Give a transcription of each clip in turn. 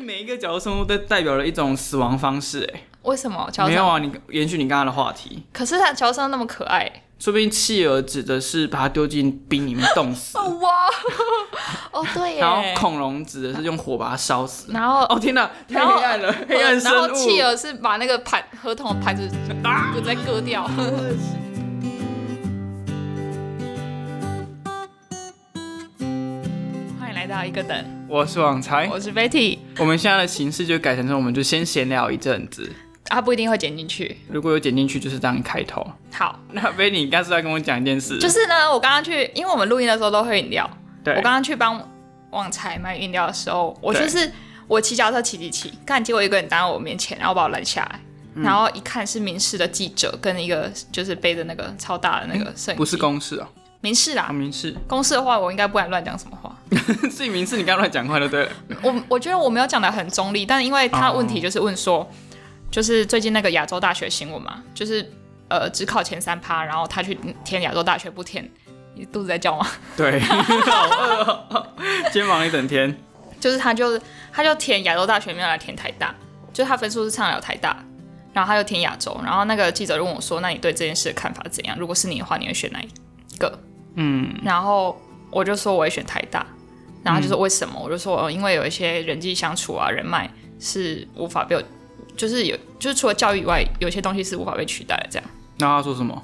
每一个角色生物都代表了一种死亡方式、为什么哎，乔没有生？啊，你延续你刚刚的话题，可是他乔生那么可爱。说不定弃儿指的是把它丢进冰里面冻死，哦哇，哦 对耶。然后恐龙指的是用火把它烧死。 然后哦天哪，太然后黑暗了，黑暗生然后物企。鹅是把那个盘合同的盘子我再割掉。 欢迎来到一个等，我是网才，我是 Betty 我们现在的形式就改成说，我们就先闲聊一阵子，啊，不一定会剪进去。如果有剪进去，就是当开头。 好，那贝，你刚是要跟我讲一件事，就是呢，我刚刚去，因为我们录音的时候都喝饮料，对，我刚刚去帮旺财买饮料的时候，我对就是我骑脚踏车骑骑骑，干结果一个人挡在我面前，然后把我拦下来。嗯然后一看是民事的记者跟一个就是背着那个超大的那个摄影机，不是公事哦，民事啊，啦，民 事，公事的话我应该不敢乱讲什么话。所以民事你刚乱讲话就对了。我我觉得我没有讲的很中立，但因为他问题就是问说，就是最近那个亚洲大学新闻嘛，就是呃只考前三趴，然后他去填亚洲大学不填，你肚子在叫吗？对， 好饿哦，今天忙了一整天。就是他就他就填亚洲大学没有来填台大，就是他分数是上了台大，然后他就填亚洲，然后那个记者就问我说，那你对这件事的看法怎样？如果是你的话，你会选哪一个？嗯，然后我就说我会选台大，然后他就说为什么？我就说、呃、因为有一些人际相处啊、人脉是无法被我，就是有就是除了教育以外，有些东西是无法被取代的。这样，那他说什么？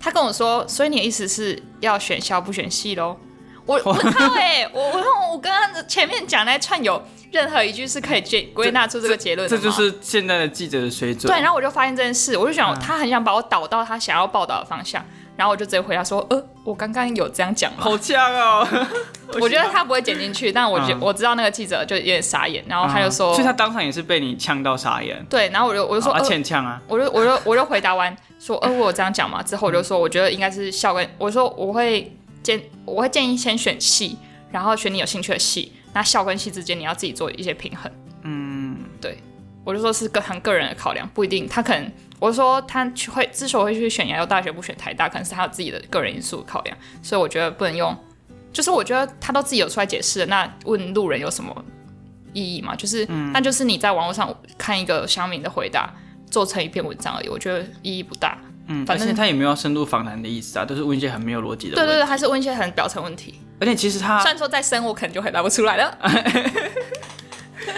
他跟我说，所以你的意思是要选校不选系喽？ 我我靠哎、我我我跟他前面讲那一串有任何一句是可以结归纳出这个结论这的吗？就是嗯现在的记者的水准。对，然后我就发现这件事，我就想他很想把我导到他想要报道的方向，然后我就直接回答说，呃，我刚刚有这样讲吗？好呛哦！我觉得他不会剪进去，但我觉、嗯我知道那个记者就有点傻眼，然后他就说，所以他当场也是被你呛到傻眼。对，然后我就我就说，啊，呃欠呛啊，我就我就我就回答完说，呃，我有这样讲嘛？之后我就说，我觉得应该是校跟我说我会建我会建议先选系，然后选你有兴趣的系，那校跟系之间你要自己做一些平衡。嗯，我就说是个很个人的考量，不一定，他可能我就说他去会之所以会去选亚洲大学不选台大，可能是他有自己的个人因素考量，所以我觉得不能用，就是我觉得他都自己有出来解释了，那问路人有什么意义嘛？就是、嗯那就是你在网络上看一个乡民的回答，做成一篇文章而已，我觉得意义不大。嗯，反正而且他也没有要深度访谈的意思啊，都是问一些很没有逻辑的对问对题。对，还是问一些很表层问题，而且其实他虽，然说再深我可能就回答不出来了。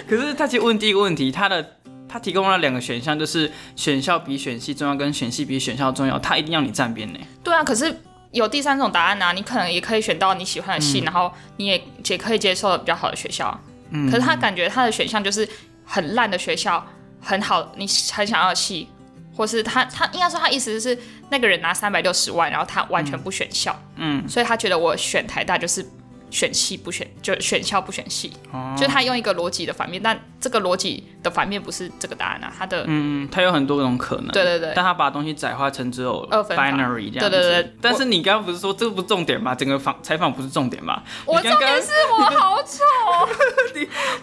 可是他其实问第一个问题，他的他提供了两个选项，就是选校比选系重要跟选系比选校重要，他一定要你站边呢。 对啊，可是有第三种答案啊，你可能也可以选到你喜欢的系，然后你也也可以接受比较好的学校啊。嗯可是他感觉他的选项就是很烂的学校，很好，你很想要的系，或是他他应该说他意思是那个人拿三百六十万，然后他完全不选校，嗯，所以他觉得我选台大就是选系不选，就选校不选系，哦就是他用一个逻辑的反面，但这个逻辑的反面不是这个答案啊，他的、嗯，他有很多种可能。对对对但他把东西窄化成只有二分法 binary 这样子。对对对但是你刚刚不是说这不是重点吗？整个访采访不是重点吗？我你重刚刚点是我好丑，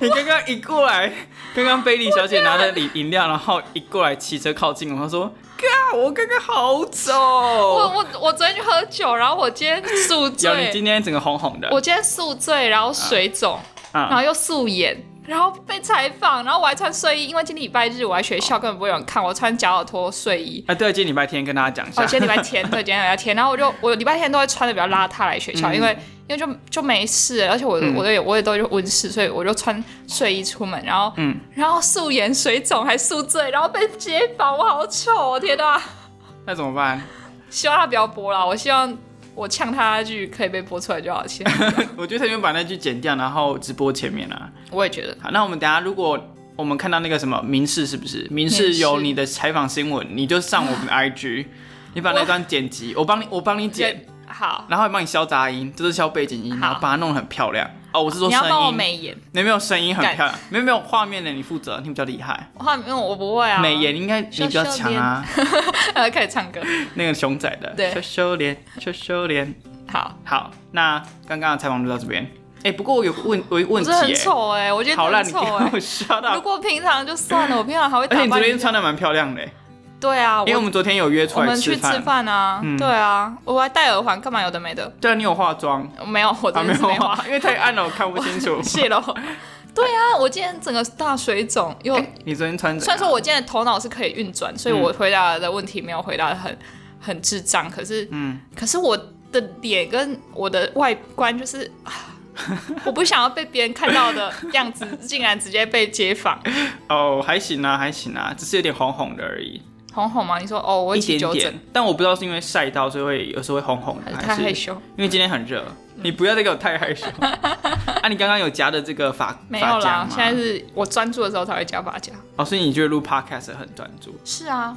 你刚刚一过来，刚刚贝利小姐拿着饮饮料，然后一过来骑车靠近我，她说：“哥，我刚刚好我丑。我我昨天去喝酒，然后我今天宿” 有你醉，今天整个红红的我今天宿醉，然后水肿，然啊！后又素颜，然后被采访，然后我还穿睡衣，因为今天礼拜日我在学校根本不会有人看，我穿脚脚拖睡衣。啊，对，今天礼拜天跟大家讲一哦，下，今天礼拜天，对，今天礼拜天，然后我就我礼拜天都会穿的比较邋遢来学校，因嗯为因为就就没事，而且我、我也我也都有温室，所以我就穿睡衣出门，然后嗯然后素颜水肿还宿醉，然后被街访，我好丑、哦，天哪！那怎么办？希望他不要播啦，我希望我呛他那句可以被播出来就好。其实我觉得他原本把那句剪掉，然后直播前面啊。我也觉得，好， 那我们等一下如果。我们看到那个什么民事是不是？民民事事有你的采访新闻，你就上我 们的 IG，你把那段剪辑，我帮你，我帮你剪，好，然后帮你消杂音，就是消背景音，然后好把它弄得很漂亮。哦，我是说你声要帮我音，美颜，没有没有声音很干漂亮，没有没有画面的你负责，你比较厉害。画面我不会啊，美 颜应该你比较强啊，呃，开始唱歌， 那个熊仔的对羞羞脸，羞羞脸。好，好，那刚刚的采访就到这边。哎、不过我有个问，我有个我问真题、的很耶，丑哎、我觉得好真的啦，很你给丑哎、我 shut 如 up。果平常就算了，我平常还会而打且扮你一下。昨天穿的蛮漂亮的耶，对啊，因为我我们昨天有约出我来们去吃饭。嗯饭啊，对啊，我还戴耳环，干嘛有的没的？对啊，你有化妆？没有，我啊，真没的有 是没化化，妆，因为太暗了，我看不清楚 。谢喽。啊，我今天整个大水肿，又、哎你昨天穿着，虽然说我今天的头脑是可以运转，嗯所以我回答的问题没有回答的很很智障，可是嗯，可是我的脸跟我的外观就是。啊 我不想要被别人看到的样子，竟然直接被街访。哦，还行啊，还行啊，只是有点红红的而已，红红吗？你说哦，我一起点纠正点，但我不知道是因为晒到，所以会有时候会红红还的，是太还害是羞？因为今天很热，嗯你不要再给我太害 羞。啊，你刚刚有夹的这个发没发有夹啦吗，？现在是我专注的时候才会加发夹。哦，所以你觉得录 podcast 很专注？ 是 啊，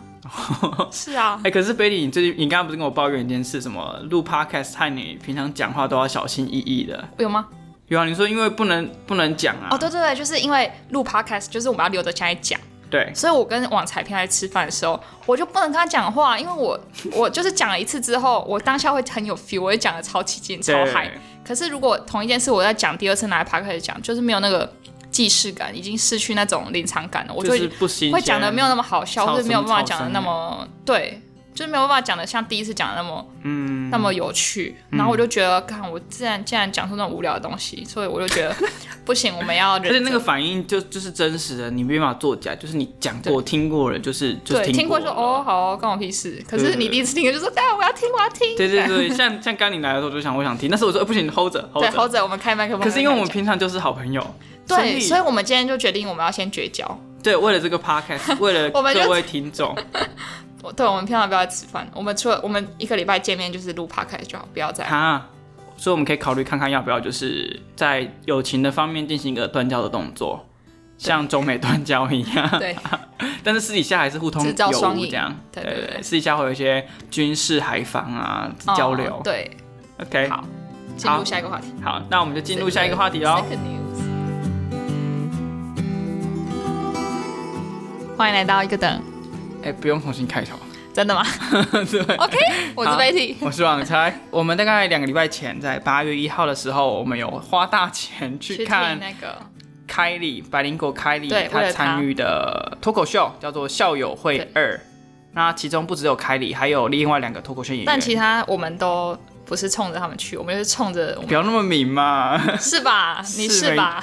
是啊哎、，可是 Betty，你最近你刚刚不是跟我抱怨一件事，什么录 podcast 和你平常讲话都要小心翼翼的？有吗？有啊，你说因为不能不能讲啊。哦，对对对，就是因为录 podcast，就是我们要留着下来讲，对所以我跟网彩平在吃饭的时候，我就不能跟他讲话，因为我 我就是讲了一次之后，我当下会很有 feel，我会讲的超起劲、超对嗨。可是如果同一件事我在讲第二次拿来 podcast 讲，就是没有那个既视感，已经失去那种临场感了，我就就是不新鲜，会讲的没有那么好笑，超或者没有办法生讲的超那么对，就是没有办法讲的像第一次讲的那么嗯那么有趣。嗯然后我就觉得，看我自然竟然讲出那种无聊的东西，所以我就 觉得不行，我们要而且忍那着。个反应就就是真实的，你没办法作假，就是你讲过、听过了，就是就是对，听过过了说哦，好哦，关我屁事。可对是对你对第一次听，就说，哎，我要听，我要听。对对 对，像像刚你来的时候，我就想我想听，但是我说、呃不行，hold 着 hold 对，着。猴子，我们开麦克风。可是因为我们开始平常就是好朋友，讲对，所所以以我们今天就决定，我们要先绝交。对为了这个 podcast，为了我们就各位听 众，我对，我们平常不要吃饭，我们除了我们一个礼拜见面就是录 p o d 就好，不要 再哈，所以我们可以考虑看看要不要就是在友情的方面进行一个断交的动作，像中美断交一 样。对，但是私底下还是互通有制造双无赢这样。对对对私底下会有一些军事海防啊交流。哦对， OK，好进入下一个话题。好，那我们就进入下一个话题哦喽。 Second news 欢迎来到一个等，哎、不用重新开头。 真的吗对。 ？OK，我是好 Betty。我是网猜，我们大概两个礼拜前，在八月一号的时候，我们有花大钱去去看听那个，凯莉，百灵果凯莉，对为她了她参与的脱口秀叫做《校友会对二》，那其中不只有凯莉，还有另外两个脱口秀演员。但其他我们都不是冲着他们去，我们就是冲着我不要那么明嘛， 们是吧？你是是吧？。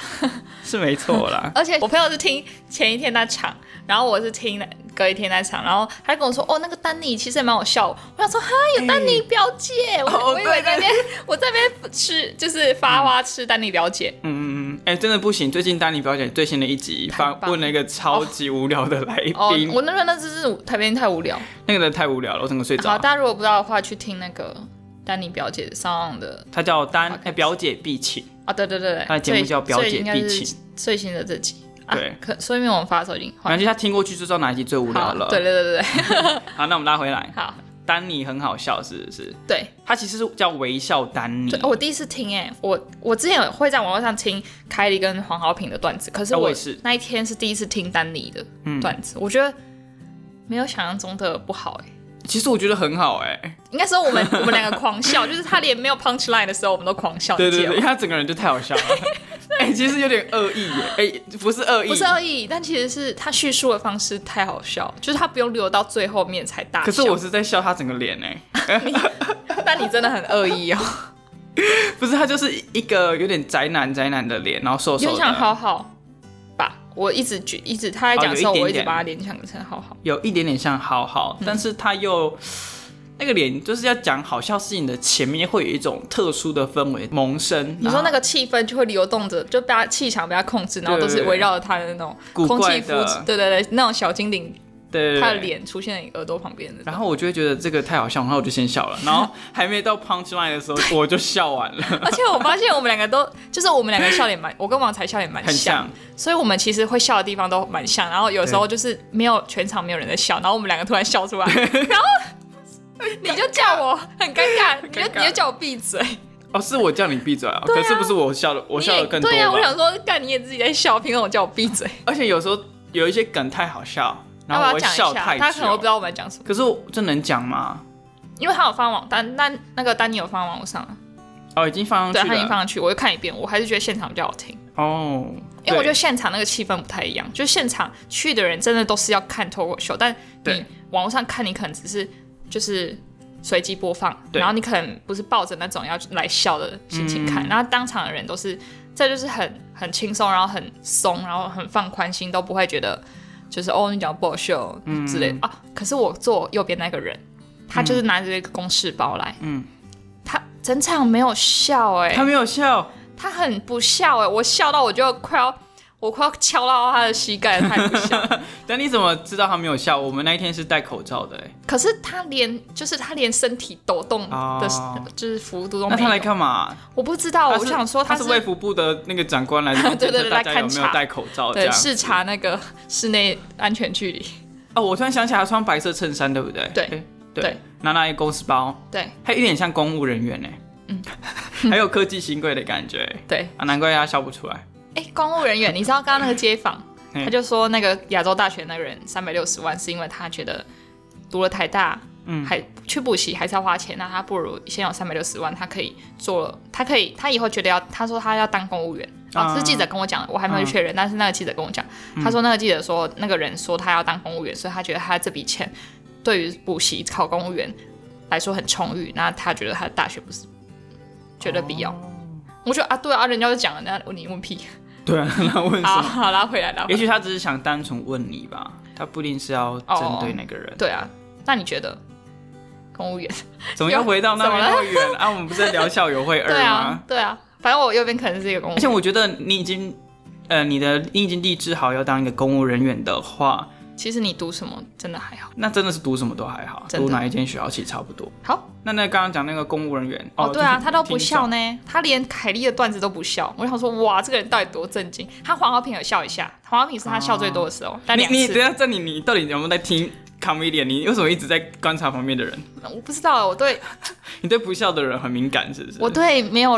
是没错啦而且我朋友是听前一天那场，然后我是听隔一天那场，然后他跟我说，哦，那个丹尼其实也蛮好笑。我想说，哈，有丹尼表姐，我、哎哦我以为对对在那边 我在那边吃就是发花吃丹尼表姐，嗯嗯嗯，哎、真的不行。最近丹尼表姐最新的一集太放棒问了一个超级无聊的来哦宾，，我那边那只是台边太无聊。那个人嗯太无聊了，我整个睡好，着。大家如果不知道的话，去听那个丹尼表姐上的他叫丹，哎、表姐必请。啊，对对对对，他的节目最叫表姐最应该必是请最新的这集。啊对可所以没有我们发手机，反正他听过去就知道哪一集最无聊好，了。对对对对对，好，那我们拉回来，好，丹尼很好笑，是不是？对，他其实是叫微笑丹尼对，。我第一次听哎、我我之前有会在网络上听凯莉跟黄豪平的段子，可是啊我我也是嗯那一天是第一次听丹尼的段子，我觉得没有想象中的不好哎、其实我觉得很好哎、应该说我们我们两个狂笑，就是他连没有 punch line 的时候，我们都狂笑，哦对你对记得对，因为吗他整个人就太好 笑了。哎、其实有点恶意耶，哎、不是恶意，不是恶意，但其实是他叙述的方式太好笑，就是他不用留到最后面才大笑。可是我是在笑他整个脸哎，但你真的很恶意哦，不是他就是一个有点宅男宅男的脸，然后瘦联瘦想的，好好吧，我一直举一直他在讲的时候，哦有一点我一直点把他联想成好好。有一点点像浩浩，嗯但是他又那个脸就是要讲好笑事情的前面会有一种特殊的氛围萌生。你说那个个气氛就会流动着，就被他气场被他控制，然后都对是对对围绕着他的那种古空怪气的肤质，对对对，那种小精灵，对对他的对。脸出现在你耳朵旁边的。然后我就会觉得这个太好笑，然后我就先笑了，然后还没到 punch line 的时候，我就笑完了，而且我发现我们两个都，就是我们两个笑脸蛮，我跟王才 笑脸蛮很像。所以我们其实会笑的地方都蛮像。然后有时候就是没有全场没有人在笑，然后我们两个突然笑出来，然后你就叫我很尴尬，你就尴尬你就叫我闭嘴，哦，是我叫你闭嘴啊，对啊可是不是我笑的，我你笑的也更多对啊呀、我吧？想说，干你也自己在笑，凭什么叫我闭嘴？而且有时候有一些梗太好笑，然后我要不要会讲笑一下？太他可能会不知久。道我们在讲什么。可是我这能讲吗？因为他有发网单，但那个丹尼有发网络上了，哦，已经放对，上去他已经了。放上去，我又看一遍，我还是觉得现场比较好听，哦，因为我觉对得现场那个气氛不太一样，就现场去的人真的都是要看脱口秀，但你对网络上看你可能只是就是随机播放，对嗯然后你可能不是抱着那种要来笑的心情看，然后当场的人都是这就是很很轻松，然后很松，然后很放宽心，都不会觉得就是哦你讲不好笑之嗯类的、啊。可是我坐右边那个人，他就是拿着一个公事包来，嗯他整场没有笑哎、他没有笑，他很不笑哎、我笑到我就快要我快要敲到他的膝盖了，他也 不笑。但你怎么知道他没有笑？我们那一天是戴口罩的、欸，可是他连就是他连身体抖动的、哦就是幅度都那没他来有，干嘛、我不知道，他哦我是就想说他是卫福部的那个长官来这边 对对对检查大来家看有没有查戴口罩这对样。视察那个室内安全距离，哦，我突然想起来，他穿白色衬衫，对不对？对诶对对，拿那一个公司包，对他有点像公务人员呢、嗯， 还有科技新贵的感觉对。啊，难怪他笑不出来。 哎，公务人员，你知道刚刚那个街访，嗯他就说那个亚洲大学那个人三百六十万，是因为他觉得读了台大，嗯还去补习还是要花钱，那他不如先有三百六十万，他可以做了，他可以，他以后觉得要，他说他要当公务员。啊，啊嗯是记者跟我讲的，我还没有去确认，但是那个记者跟我讲，他说那个记者说那个人说他要当公务员，所以他觉得他这笔钱对于补习考公务员来说很充裕，那他觉得他的大学不是觉得必要。哦我觉得啊，对啊，人家就讲了，那你问屁。对啊，那 问什好么？好拉回来，拉回也来。许他只是想单纯问你吧，他不一定是要哦针对那个人。对啊，那你觉得公务员？怎么又回到那边怎那么么远啊？我们不是在聊校友会二 对啊吗？，对啊，反正我右边可能是一个公务而员且。我觉得你已经，呃，你的你已经立志好要当一个公务人员的话，其实你读什么真的还好。那真的是读什么都还好，真的读哪一间学校其实差不多。好那那刚刚讲那个公务人员，哦，对啊，听他都不听笑众呢，他连凯莉的段子都不笑。我想说，哇，这个人到底多震惊？他黄浩平有笑一下，黄浩平是他笑最多的时候，但哦你两你等一次。下这里你到底有没有在听 comedian？你为什么一直在观察旁边的人？我不知道，我对你对不笑的人很敏感是不是？我对没有，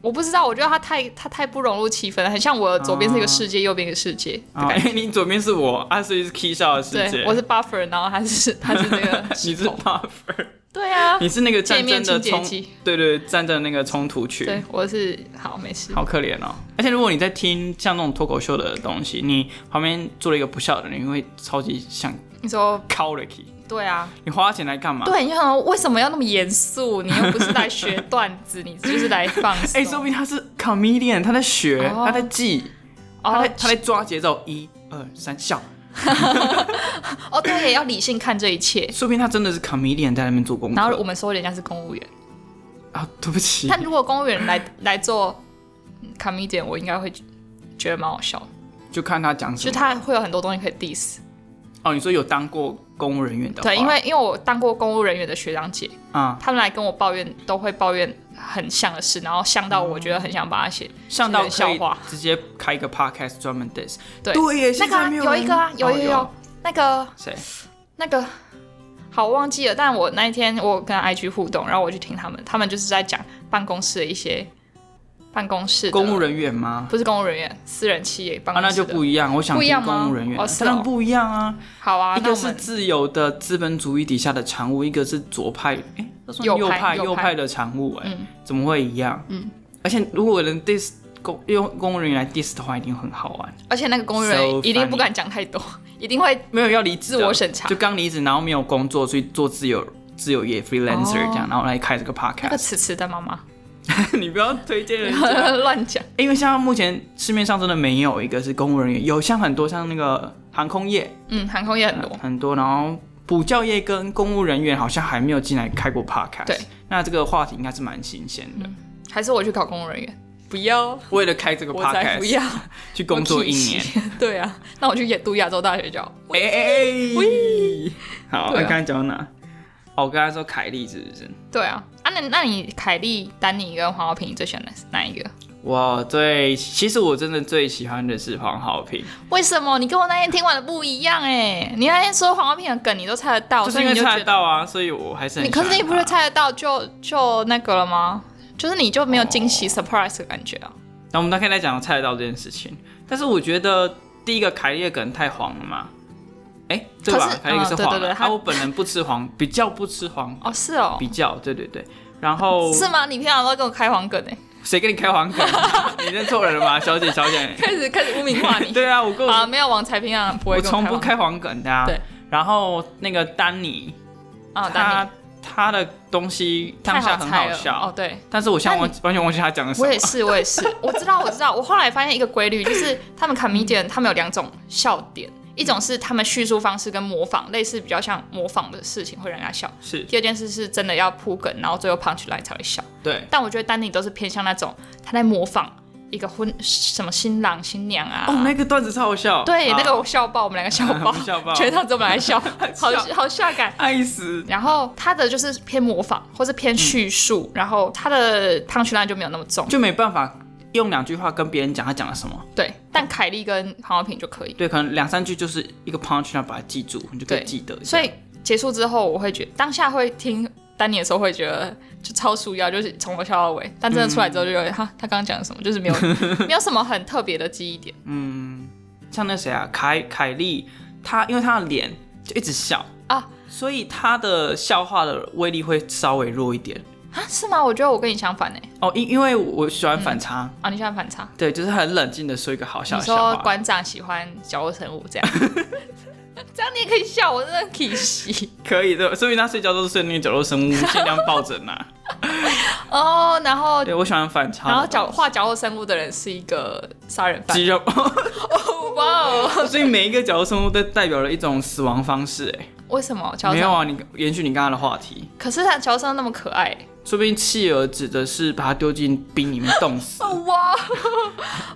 我不知道，我觉得他太他太不融入气氛了，很像我左边是一个世界，右边一个世界的啊，感因觉。为你左边是我，啊，所以是 K 笑的世界，对，我是 buffer，然后他是他是那个 你是石头 buffer，对 啊，你是那个界战面争的清洁冲，剂。对对，战争的那个冲突区。对，我是好没事。好可怜哦！而且如果你在听像那种脱口秀的东西，你旁边坐了一个不笑的人，你会超级想你说敲了 k 对啊，你花钱来干嘛？对，你就想说为什么要那么严肃？你又不是来学段子，你就是来放 松。哎、说不定他是 comedian，他在学，哦他在记，他哦在他在抓节奏，一二三笑。哦，对，也要理性看这一切。说不定他真的是 comedian 在那边做功课。哎然后我们说人家是公务员，啊，对不起，但如果公务员来来做 comedian，我应该会觉得蛮好笑的，就看他讲什就么。他会有很多东西可以 diss。哦，你说有当过公务人员的话，对，因为因为我当过公务人员的学长姐，啊，他们来跟我抱怨都会抱怨很像的事，然后像到我觉得很想把它写上到笑可以话直接开一个 podcast 专门 dis。对对耶，那现个、在啊、没有一人个啊，有哦有有那个谁？那个好我忘记了，但我那一天我跟 IG 互动，然后我去听他们，他们就是在讲办公室的一些办公室的公务人员吗？不是公务人员，私人企业办啊，公室的、那就不一样。我想不一听样吗公务人员，哦是哦当然不一样啊。好啊一。那个我是们自由的资本主义底下的产物，一个是左派，哎、这算右派派右右派派的产物、哎、嗯怎么会一样？嗯，而且如果有人 diss 公用公务人员来 diss 的话，一定很好玩。而且那个公务人 So 员 funny 一定不敢讲太多，一定会没有要离职自的，我审查就。刚离职，然后没有工作，所以做自由自由业 freelancer 这样，然后来开这个哦那个 podcast。 迟迟的妈妈你不要推荐人 家，乱讲，因为像目前市面上真的没有一个是公务人员，有像很多像那个航空业嗯，航空业很多，很多，然后补教业跟公务人员好像还没有进来开过 podcast。对，那这个话题应该是蛮新鲜的。还是我去考公务人员？不要，为了开这个 我才不 podcast 要，去工作一年，我屁。 对啊，那我去也读亚洲大学就好。哎哎哎，好，对那啊刚才讲到哪？哦，我刚才说凯莉是不是？对啊，啊那那你凯莉、丹尼跟黄浩平，你最喜欢哪哪一个？我最其实我真的最喜欢的是黄好平，为什么你跟我那天听完的不一样、哎，你那天说黄浩平的梗你都猜得到，就是哦所以因你为就觉猜得得到嗯啊，所以我还是很你喜欢可他。是你不是猜得到就就那个了吗？就是你就没哦有惊喜、surprise 的感觉啊？那我们大概来讲猜得到这件事情，但是我觉得第一个凯莉的梗太黄了嘛，哎、对吧可是？凯莉的嗯是对黄对对的，他啊我本人不吃黄，比较不吃黄，哦，是哦，比较对对对。然后是吗？你平常都跟我开黄梗哎，谁跟你开黄梗？你认错人了吗，小姐小姐？ 开始开始污名化 你。对啊，我跟我啊，没有王才平常不会我跟从我不开开黄梗的、啊。对。然后那个丹尼，黄梗啊，丹他尼他的东西当下很太好好猜笑，了哦，对，但是我现在那完你完全忘记他讲的什我么。也是，我 也是，我知道，我知道。我后来发现一个规律，就是他们 comedian 他们有两种笑点，一种是他们叙述方式跟模仿，类似比较像模仿的事情会让人家笑；是第二件事是真的要铺梗，然后最后 punch line 才会笑。对，但我觉得丹尼都是偏向那种他在模仿一个婚什么新郎新娘啊，哦，那个段子超好笑，对，好那个我笑爆，我们两个笑我 爆，们笑爆全场只有我们来笑，好笑好下感。爱死，然后他的就是偏模仿或是偏叙述，然后他的 punch line 就没有那么重。就没办法用两句话跟别人讲他讲了什么。对，但凯莉跟黄晓萍就可以。对，可能两三句就是一个 punch，然后把它记住，你就可以对记得。所以结束之后，我会觉当下会听丹尼的时候，会觉得就超舒压，就是从头笑到尾。但真的出来之后，就嗯有点哈，他刚刚讲的什么，就是没有没有什么很特别的记忆点。嗯像那谁啊，凯凯莉，她因为她的脸就一直笑啊，所以她的笑话的威力会稍微弱一点。啊，是吗？我觉得我跟你相反呢、欸哦，因因为我喜欢反差，啊，你现在反差。对，就是很冷静的说一个好笑你的笑话。说馆长喜欢角落生物这样， 这样你也可以笑，我真的可以洗可以的，所以他睡觉都是睡那个角落生 物，尽量抱枕啊。哦。然后，对我喜欢反差的然后东西，角画角落生物的人是一个杀人犯，肌肉，哇哦！ 所以每一个角落生物都代表了一种死亡方式。哎，为什么角落没有生物？啊，你延续你刚刚的话题，可是他角落生物那么可爱，欸说不定企鹅指的是把它丢进冰里面冻死， 哦哇，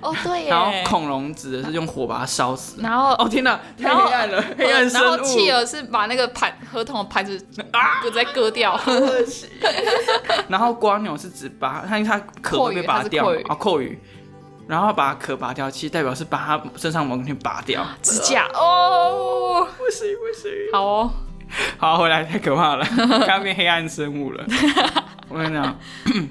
哦对耶，然后恐龙指的是用火把它烧死。然后哦天哪，太然后呃黑暗了，黑暗生然后企物。啊鹅是把那个盘合同的盘子就再割掉， 然后瓜牛是指把它，因为它壳会被拔掉阔嘛鱼它是阔啊阔鱼，鱼，然后把它壳拔掉，其实代表是把它身上某个东西拔掉。 啊指甲哦，不行不行，好哦，好回来太可怕了， 刚刚变黑暗生物了。我跟你讲，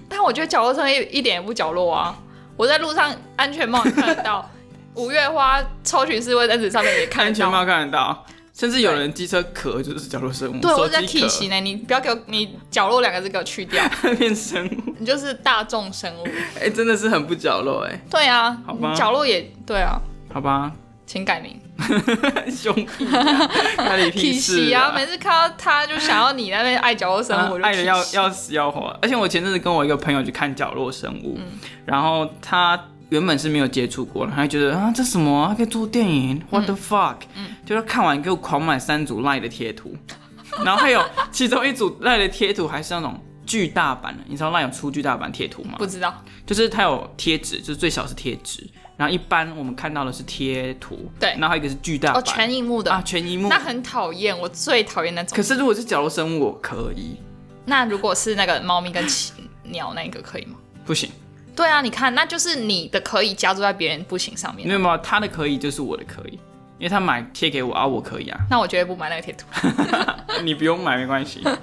但我觉得角落生物一一点也不角落啊，我在路上安全帽也看得到，五月花抽取式卫生纸上面 也看安得全到。帽看得到，甚至有人机车壳就是角落生物，对，我手在机 K 型壳呢，你不要给我你角落两个字给我去掉， 变生物，你就是大众生物。哎、真的是很不角落哎、对啊好吧，角落也对啊，好吧，请改名。兄弟、啊，那你屁体事系啊，每次看到他就想要你那边爱角落生物，我就爱的要气死要死要活。而且我前阵子跟我一个朋友去看《角落生物》然后他原本是没有接触过的，他就觉得啊这什么、啊，还可以做电影，What the fuck？、就是看完给我狂买三组赖的贴图，然后还有其中一组赖的贴图还是那种。巨大版的，你知道赖有出巨大版贴图吗？不知道。就是它有贴纸，就是最小是贴纸，然后一般我们看到的是贴图，对然后还有一个是巨大哦，版，全荧幕的，啊全一幕那。很讨厌，我最讨厌那种可。是如果是角落生物，我可以，那如果是那个猫咪跟禽鸟那一个可以吗？不行， 对啊，你看，那就是你的可以加注在别人不行上没面。有没有，他的可以就是我的可以，因为他买贴给我啊，我可以啊，那我绝对不买那个贴图， 你不用买没关系。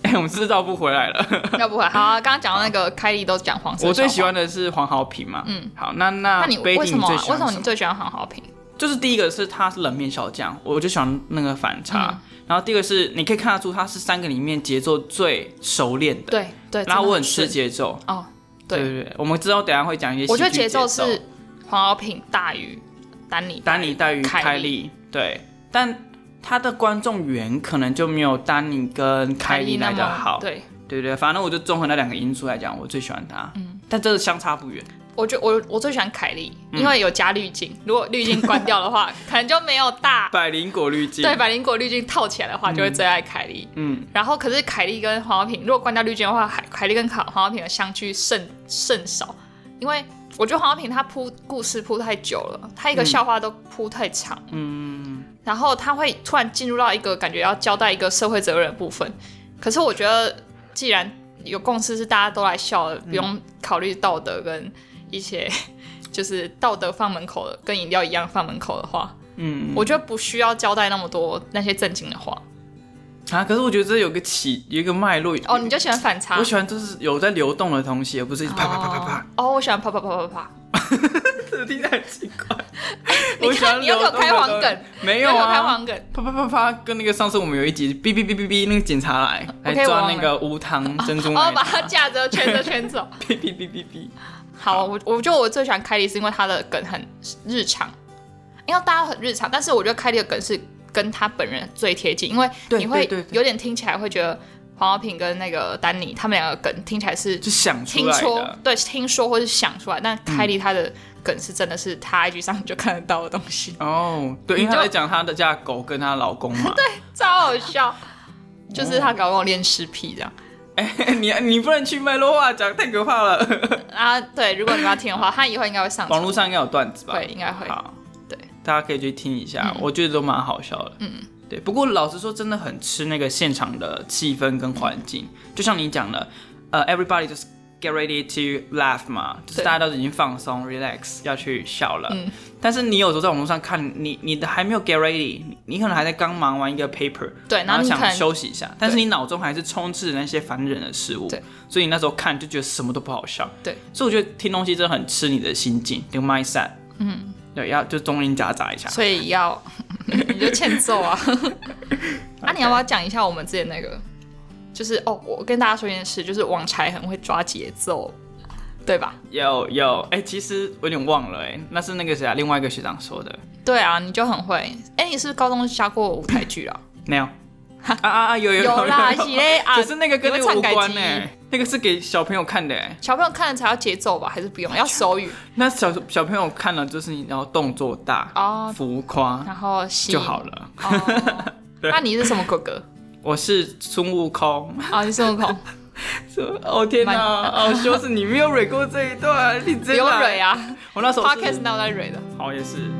哎、我们制造不回来 了。要不会。好、啊，刚刚讲到那个凯莉都讲黄色，我最喜。欢的是黄好平嘛，嗯，好，那那那你 Baby，为什么啊、最喜为欢什么什你么？最喜欢黄豪平？就是第一个是他是冷面小将，我就喜欢那个反差。嗯然后第二个是你可以看得出他是三个里面节奏最熟练的，对对，然后我很真的吃是节奏，哦。对对，对对，我们之后等一下会讲一些喜剧。我觉得节奏奏是黄豪平大于丹尼，丹尼带于凯莉凯莉，对，但他的观众缘可能就没有丹尼跟凯莉来那的么好，对，对对，反正我就综合那两个因素来讲，我最喜欢他，嗯，但这个相差不远，我就我我最喜欢凯莉，因为有加滤镜。如果滤镜关掉的话，可能就没有大百灵果滤镜，对百灵果滤镜套起来的话，就会最爱凯莉。嗯，然后可是凯莉跟黄晓萍，如果关掉滤镜的话，凯凯莉跟卡黄晓萍的相距甚甚少，因为我觉得黄晓萍她铺故事铺太久了，她一个笑话都铺太长，嗯，然后她会突然进入到一个感觉要交代一个社会责任的部分。可是我觉得，既然有共识是大家都来笑的，不用考虑道德跟一些 就是道德放门口的，跟饮料一样放门口的话，嗯，我觉得不需要交代那么多那些正经的话。啊，可是我觉得这有个起，有一个脉络，哦，你就喜欢反差我？喜欢就是有在流动的东西，而不是啪啪啪啪啪，哦，我喜欢啪啪啪啪啪。这听起来很奇 怪，你我喜欢看，你又给我流动的开黄东西梗，没你有又给我开啊，黄梗。啪啪啪啪，跟那个上次我们有一集哔哔哔哔哔那个警察来来 OK，我忘抓了那个无糖珍珠哦奶，把茶，它架着圈着 圈走。哔哔哔哔哔，好，我我觉得我最喜欢凯莉是因为她的梗很日常，因为大家很日常，但是我觉得凯莉的梗是跟她本人最贴近，因为对你会对对对有点听起来会觉得黄浩平跟那个丹尼他们两个梗听起来是就想出听来说的。嗯对听说或是想出来，但凯莉她的梗是真的是她 IG 上就看得到的东西，哦，对，因为你就她在讲她的家的狗跟她老公 嘛。超好笑。就是她搞跟我练尸癖这样对， 你你不能去麦罗话讲，太可怕 了。啊，对，如果你们要听的话，她以后应该会上网传，络上应该有段子吧？会应该会，好，对，嗯大家可以去听一下，我觉得都蛮好笑的。嗯，对。不过老实说，真的很吃那个现场的气氛跟环境，嗯就像你讲的，呃，everybody just get ready to laugh 嘛，就是对嗯大家都已经放松 relax 要去笑了。但是你有时候在网络上看，你你的还没有 get ready，你你可能还在刚忙完一个 paper，对，然然后后你可想能休息一下，但是你脑中还是充斥着那些烦人的事物对，所以你那时候看就觉得什么都不好笑。对，所以我觉得听东西真的很吃你的心境，你的 mindset。嗯，对，要就中英夹杂一下。所以要 你就欠 揍啊！啊，你要不要讲一下我们之前那个？就是哦，我跟大家说一件事，就是网柴很会抓节奏，对吧？有有，哎、其实我有点忘了、哎，那是那个谁啊，另外一个学长说的。对啊，你就很会。哎、你是不是高中加过舞台剧 啊？没有。啊啊啊！有有有啦，有喜嘞啊 可！是那个跟那个无你会关唱呢、改那个是给小朋友看的、哎，小朋友看了才要节奏吧？还是不用？要手语，那小小朋友看了就是你要动作大、哦浮夸然后吸就好。了。哦，那你是什么 哥哥？我是孙悟空。啊，你是孙悟空， 哦天哪！蛮哦，羞死你没有蕊过这一段，你 不真用的蕊！啊。我那时候 Podcast 是那我在蕊的。好也是。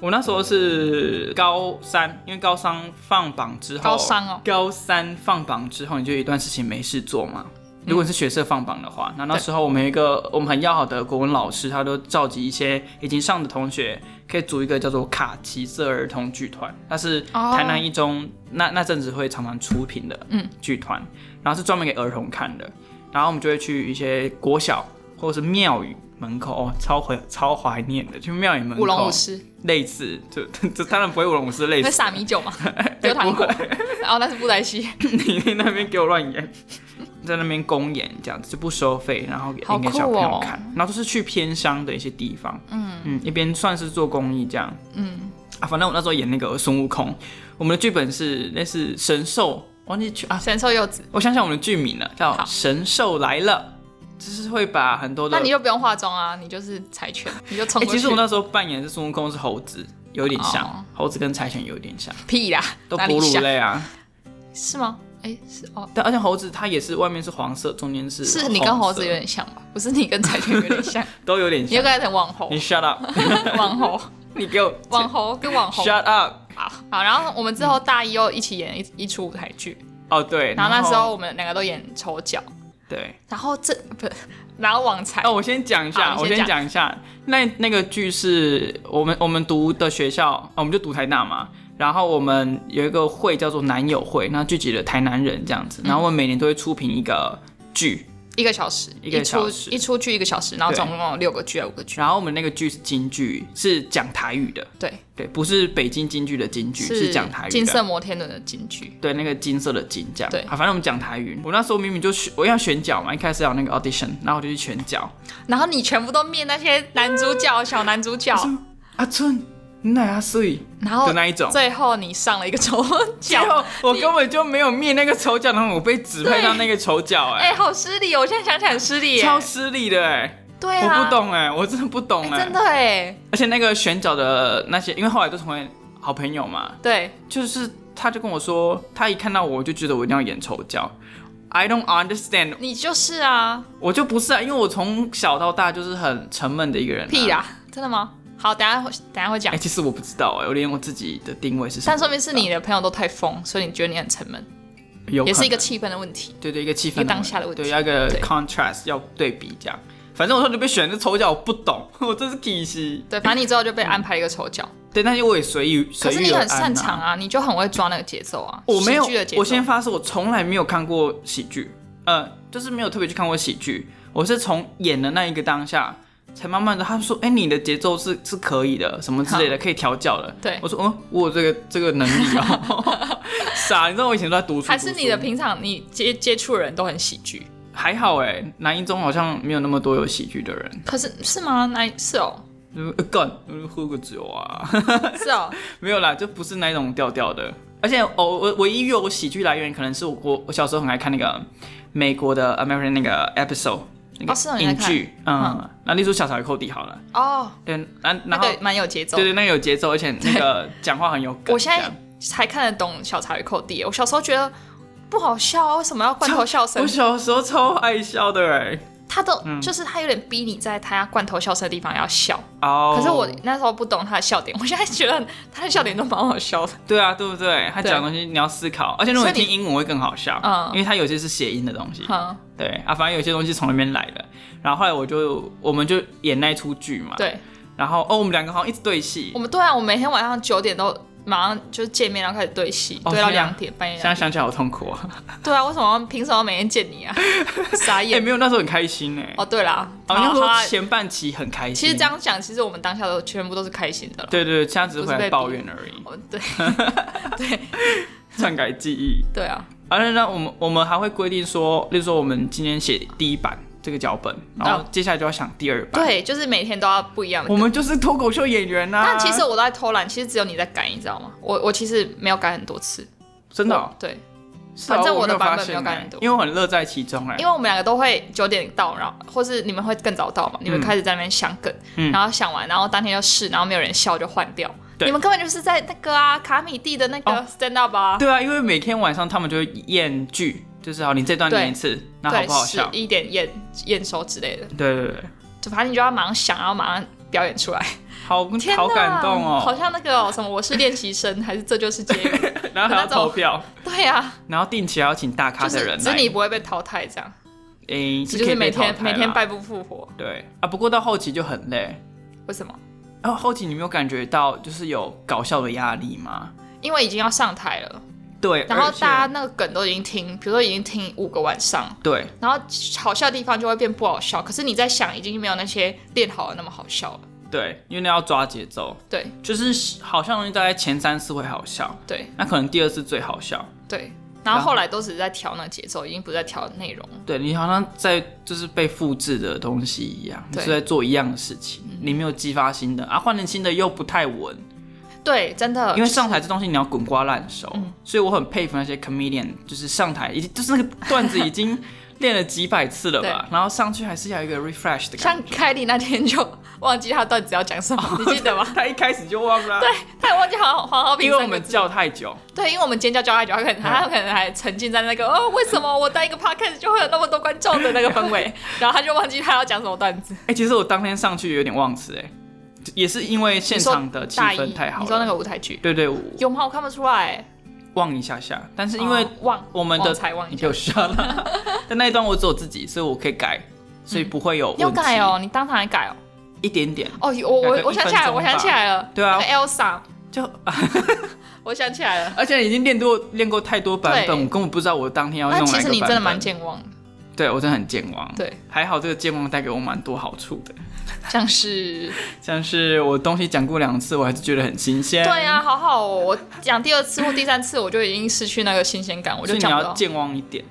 我那时候是高三，因为高三放榜之后，高三哦高三放榜之后，你就有一段事情没事做嘛。嗯如果你是学社放榜的话，那那时候我们有一个我们很要好的国文老师，他都召集一些已经上的同学，可以组一个叫做卡其色儿童剧团，那是哦嗯台南一中、那那阵子会常常出品的剧团，然后是专门给儿童看的。然后我们就会去一些国小或者是庙宇门口，哦，超怀超怀念的，去庙宇门口，舞龙舞狮，类似，就这当然不会舞龙舞狮类会似，撒米酒 吗？丢糖果，然后那是布袋戏。你那边给我乱演，在那边公演这样子就不收费，然后给好演给小朋酷友哦看，然后都是去偏乡的一些地方，嗯嗯，一边算是做公益这样，嗯啊，反正我那时候演那个孙悟空，我们的剧本是类似神兽，忘记去啊，神兽柚子，我想想我们的剧名了，叫好《神兽来了》，就是会把很多的那你就不用化妆啊，你就是柴犬，你就冲欸过去。其实我那时候扮演的是孙悟空是猴子，有点像、哦猴子跟柴犬有点像，屁啦，都哪哺里乳像类啊。是吗？哎、是哦，但而且猴子它也是外面是黄色，中间是是你跟猴子有红色点像吧？不是你跟柴犬有 点像，都有点你有像。个点网红你，shut up，网红，你给我网红跟网红。 shut up。好，好，然后我们之后大一又一起演一一出舞台剧，哦对，然然后那时候我们两个都演丑角，对，然后这不，然后网才那、我先讲一下，我好你先先讲一下，那那个剧是我们我们读的学校，啊我们就读台大嘛。然后我们有一个会叫做男友会，那聚集了台南人这样嗯子，然后我们每年都会出品一个剧，一个小时，一个小时一出一出剧一个小时，然后对总共有六个剧还是五个剧，然后我们那个剧是京剧，是讲台语的，对，对，不是北京京剧的京剧，是讲台语的。金色摩天轮的京剧，对，那个金色的金这样。对啊，反正我们讲台语。我那时候明明就选，我要选角嘛，一开始要有那个 audition，然后我就去选角。然后你全部都灭那些男主角、小男主 角，阿啊春，你哪阿水然后的那一种。最后你上了一个丑最角，后我根本就没有灭那个丑角，然后我被指派到那个丑角、哎、哎、好失礼哦！我现在想起来很失礼耶，超失礼的、哎、对啊，我不，懂哎、我真的不懂哎、哎、真的哎，而且那个选角的那些，因为后来都成为好朋友嘛，对，就是他就跟我说，他一看到我就觉得我一定要演丑角。I don't understand，你就是啊，我就不是啊，因为我从小到大就是很沉闷的一个人、屁呀！啦，真的吗？好，等一下会等一下会讲哎、，其实我不知道哎、我连我自己的定位是什么，但说明是你的朋友都太疯，所以你觉得你很沉闷，有也可是一个能气氛的问题。对对一个气氛一个当下的问题对，要一个对 contrast 要对比这样。反正我说你被选这丑角，我不懂， 我真是体系。对，反正你之后就被安排了一个丑角，对，但是我也随遇可嗯随是遇你而安、啊、很擅长啊，你就很会抓那个节奏啊，我没有喜剧的节，奏。我先发誓，我从来没有看过喜剧，呃，就是没有特别去看过喜剧。我是从演的那一个当下，才慢慢的，他说，哎、你的节奏是是可以的，什么之类的，可以调教的。对我说，嗯，我有这个这个能力 哦，傻，你知道我以前都在读书，还是读书你的平常你接接触的人都很喜剧，欸还好哎、南一中好像没有那么多有喜剧的人， 可是是吗？那是哦，就是呃干，呃喝个酒啊， 是哦，没有啦，就不是那种调调的。而且哦，我唯一有喜剧来源可能是我我我小时候很爱看那个美国的 American 那个 episode 那哦是哦个你爱影看剧，嗯，那例如小草与寇弟好了，哦，对，然然那后个蛮有节奏对的。对，那个有节奏，而且那个讲话很有梗。我现这在样才看得懂小茶与寇弟，我小时候觉得不好笑啊，为什么要罐头笑声我？小时候超爱笑的哎、他都、就是他有点逼你在他罐头笑声的地方要笑，哦、可是我那时候不懂他的笑点，我现在觉得他的笑点都蛮好 笑的。对啊，对不对？他对讲的东西你要思考，而且如果所你以你听英文会更好笑，嗯因为他有些是谐音的东西。嗯，对啊，反正有些东西从那边来的。然后后来我就我们就演那一出剧嘛，。对，然后哦，我们两个好像一直对戏我，们对啊，我每天晚上九点都马上就见面，然后开始对戏，哦对天到啊两点半夜现两在点。想起来好痛苦啊！对啊，为什么凭什么每天见 你啊？傻也、眼。没有，那时候很开心哎、哦，对啦，好像好说啦前半期很开心，其实这，样讲，其实我们当下都全部都是开心的了。对对对，现在只是回不是来被抱怨而已，哦，对篡改记忆。对啊，而且呢，我们我们还会规定说，例如说我们今天写第一版这个脚本，然后接下来就要想第二版。嗯对，就是每天都要不一样的我。们就是脱口秀演员呐、啊。但其实我都在偷懒，其实只有你在改，你知道吗？我我其实没有改很多次，真的哦、我对，是啊反正我我没的有版发本没现有欸改很多因为我很乐在其中哎、因为我们两个都会九点到，然后或是你们会更早到嘛，你们开始在那边想梗，嗯然后想完，然后当天就试，然后没有人笑就换掉。对你们根本就是在那个啊卡米蒂的那个哦 stand up 啊，对啊，因为每天晚上他们就会验剧，就是好，你这段念一次，那好对，不好十笑？一点验验收之类的，对对对，就反正你就要马上想，然后马上表演出来。好天哪好感动好哦。像那个哦、什么我是练习生，还是这就是结 果？然后还要那种投票，对啊，然后定期还要请大咖就的是人只来是。你不会被淘汰这样，诶、你是就可以是被每淘天汰每天啦败不复活。对啊，不过到后期就很累。为什么？然后后期你没有感觉到就是有搞笑的压力吗？因为已经要上台了，对，然后而且大家那个梗都已经听，比如说已经听五个晚上，对然后好笑的地方就会变不好笑。可是你在想，已经没有那些练好的那么好笑了。对，因为那要抓节奏，对就是好像大概前三次会好笑，对那可能第二次最好笑。对，啊然后后来都只是在调那个节奏，已经不是在调内容了。对你好像在就是被复制的东西一样，你对是在做一样的事情，你没有激发新的啊，换成新的又不太稳，对，真的，因为上台这东西你要滚瓜烂熟，嗯所以我很佩服那些 comedian，就是上台已经就是那个段子已经练了几百次了吧，然后上去还是要有一个 refresh 的感像凯莉那天就忘记她段子要讲 什么，你记得吗？觉，他一开始就忘了啊、她也忘记好黄浩平因为我三个们字叫太久，对，因为我们尖叫叫太久，他可嗯能他可能还沉浸在那个哦，为什么我当一个 podcast 就会有那么多观众的那个氛 围，然后他就忘记他要讲什么段子。哎、其实我当天上去有点忘词，哎，也是因为现场的你呃气说大一氛太好了。你说那个舞台剧对对，我有吗？我看不出来，忘一下下，但是因为哦忘我们的忘才忘一你下给我删 了，但那一段我只有自己，所以我可以改，所以不会有问题。要改，哦，你当场还改哦。一点点。哦，有我改我个我一想起来了，分钟我想起来了，对啊那个 Elsa，就 我想起来了。而且已经练多练过太多版本，对我根本不知道我当 天要但弄哪个版其本。实你真的蛮健忘的，对我真的很健忘。对，还好这个健忘带给我蛮多好处的，像是像是我东西讲过两次，我还是觉得很新鲜。对啊，好好哦。我讲第二次或第三次，我就已经失去那个新鲜感，所我就以你讲不要到。健忘一点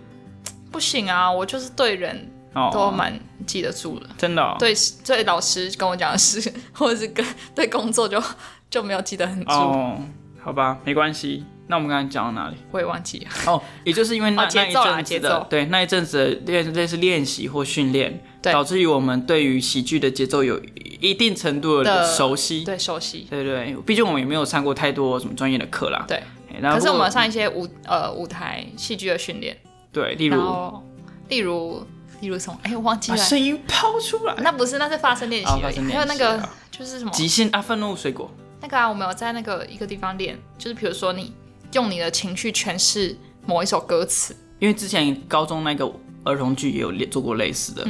不行啊，我就是对人都哦，蛮记得住的。真的、哦。对对老师跟我讲的事， 或者是跟对工作就就没有记得很住，哦，好吧，没关系。那我们刚才讲到哪里？我也忘记了。哦，也就是因为那、哦那节一奏啦阵子节的奏，对那一阵子的练类似练习或训练，对导致于我们对于喜剧的节奏有一定程度的的熟悉。对，熟悉。对对，毕竟我们也没有上过太多什么专业的课啦。对哎，然后可是如我果们有上一些舞呃舞台戏剧的训练，对，例然如后例如例如什么？哎、我忘记把了。声音抛出来，那不是，那是发声练习啊哦而发已。声练习还有那个啊就是什么？极限啊，愤怒水果，那个啊，我们有在那个一个地方练，就是比如说你用你的情绪诠释某一首歌词，因为之前高中那个儿童剧也有练做过类似的，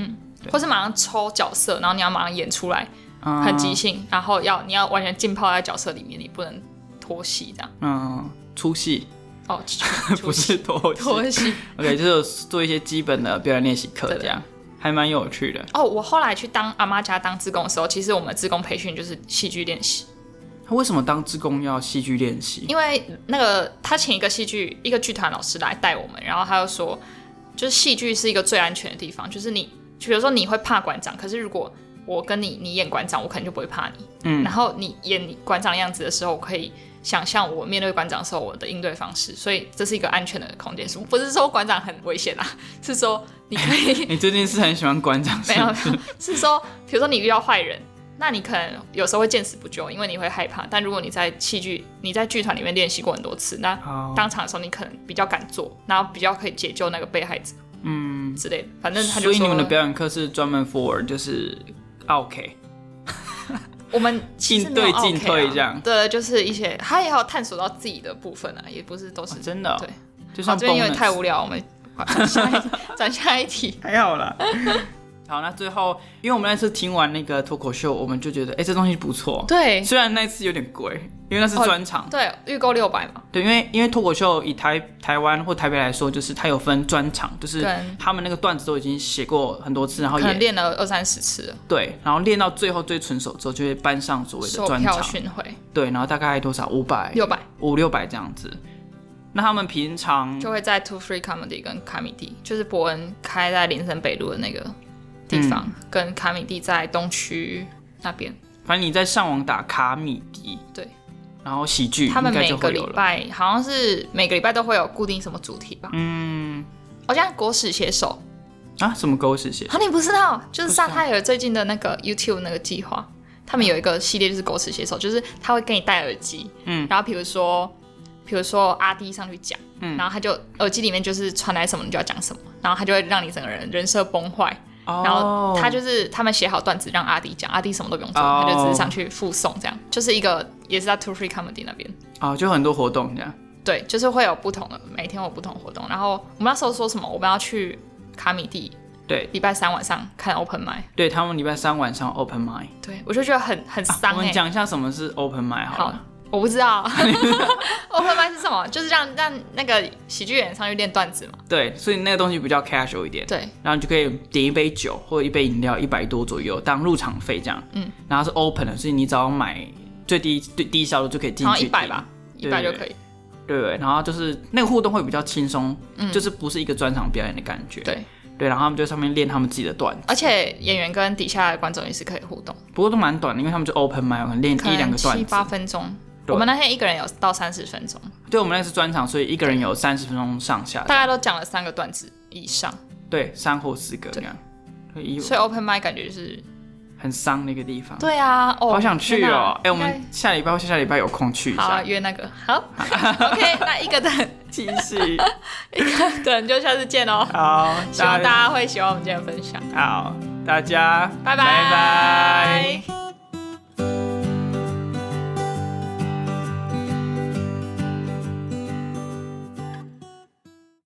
或是马上抽角色，然后你要马上演出来，嗯很即兴，然后要你要完全浸泡在角色里面，你不能脱戏这样。嗯，出戏哦，不不是脱戏 脱戏。 ，OK，就是有做一些基本的表演练习课对的这样，还蛮有趣的。哦，我后来去当阿妈家当志工的时候，其实我们志工培训就是戏剧练习，他为什么当志工要戏剧练习？因为那个他请一个戏剧一个剧团老师来带我们，然后他就说，就是戏剧是一个最安全的地方，就是你，比如说你会怕馆长，可是如果我跟你你演馆长，我可能就不会怕你。嗯然后你演你馆长的样子的时候，我可以想象我面对馆长的时候我的应对方式，所以这是一个安全的空间。不是说馆长很危险啦，是说你可以你最近是很喜欢馆长是 没有吗？没有，是说比如说你遇到坏人。那你可能有时候会见死不救，因为你会害怕。但如果你在戏剧、你在剧团里面练习过很多次，那好，当场的时候你可能比较敢做，然后比较可以解救那个被害者嗯，之类的。反正他所就说，以你们的表演课是专门 for 就是 OK 我们其实没有进对 OK 啊进退这样对，就是一些他也有探索到自己的部分啊，也不是都是哦，真的哦、对就好，算这边有点 bonus 太无聊，我们转下一转下一 题。还好啦。好，那最后，因为我们那次听完那个脱口秀，我们就觉得，哎、这东西不错。对虽然那次有点贵，因为那是哦专场。对，预购六百嘛，对，因为因为脱口秀以台台湾或台北来说，就是它有分专场，就是对他们那个段子都已经写过很多次，然后可能哦也练了二三十次了，对，然后练到最后最纯手之后，就会搬上所谓的售专票场。哎巡回对，然后大概多少？五百、六百，五六百这样子。那他们平常就会在 Two Free Comedy 跟卡米蒂，就是伯恩开在林森北路的那个地方，嗯跟卡米蒂在东区那边。反正你在上网打卡米迪，对，然后喜剧嗯他应们该每就个会礼有了。拜好像是每个礼拜都会有固定什么主题吧？嗯好像国史写手啊，什么狗屎写？啊，你不知道？就不是知萨道泰尔最近的那个 YouTube 那个计划，他们有一个系列就是狗屎写手，就是他会给你戴耳机，嗯，然后比如说，比如说阿迪上去讲，嗯然后他就耳机里面就是传来什么你就要讲什么，然后他就会让你整个人人设崩坏，哦然后他就是他们写好段子让阿迪讲，阿迪什么都不用做，哦他就只是上去附送这样，就是一个也是在 Two Free Comedy 那边。哦，就很多活动这样。对，就是会有不同的，每天有不同活动。然后我们那时候说什么？我们要去卡米蒂，对，礼拜三晚上看 open m i 对他们礼拜三晚上 open m i d 对我就觉得很很我伤哎、们讲一下什么是 open m i d 欸好好了。，我不知道 open m i 是什么，就是让让那个喜剧演员上去练段子嘛。对，所以那个东西比较 casual 一点，对，然后你就可以点一杯酒或者一杯饮料，一百多左右当入场费这样。嗯，然后是 open 的，所以你只要买最低最低消的就可以进好像去，一百吧，，一对百就可以。对对。然后就是那个互动会比较轻松，就是不是一个专场表演的感觉。嗯对，对，然后他们就在上面练他们自己的段子，而且演员跟底下的观众也是可以互动，不过都蛮短的，因为他们就 open m i d 可能练可一两能个七段八子。分钟。对我们那天一个人有到三十分钟，对，我们那次专场，所以一个人有三十分钟上下大，概都讲了三个段子以上，对，三或四个这样，所以所以 open m i 感觉就是嗯很伤的一个地方。对啊，哦，好想去天哦哪！哎、我们应下礼拜或下下礼拜有空去一该好啊下。约那个 好，OK，那一个等继续，等就下次见哦。好，希望大家会喜欢我们今天的分享，好，大家拜拜拜拜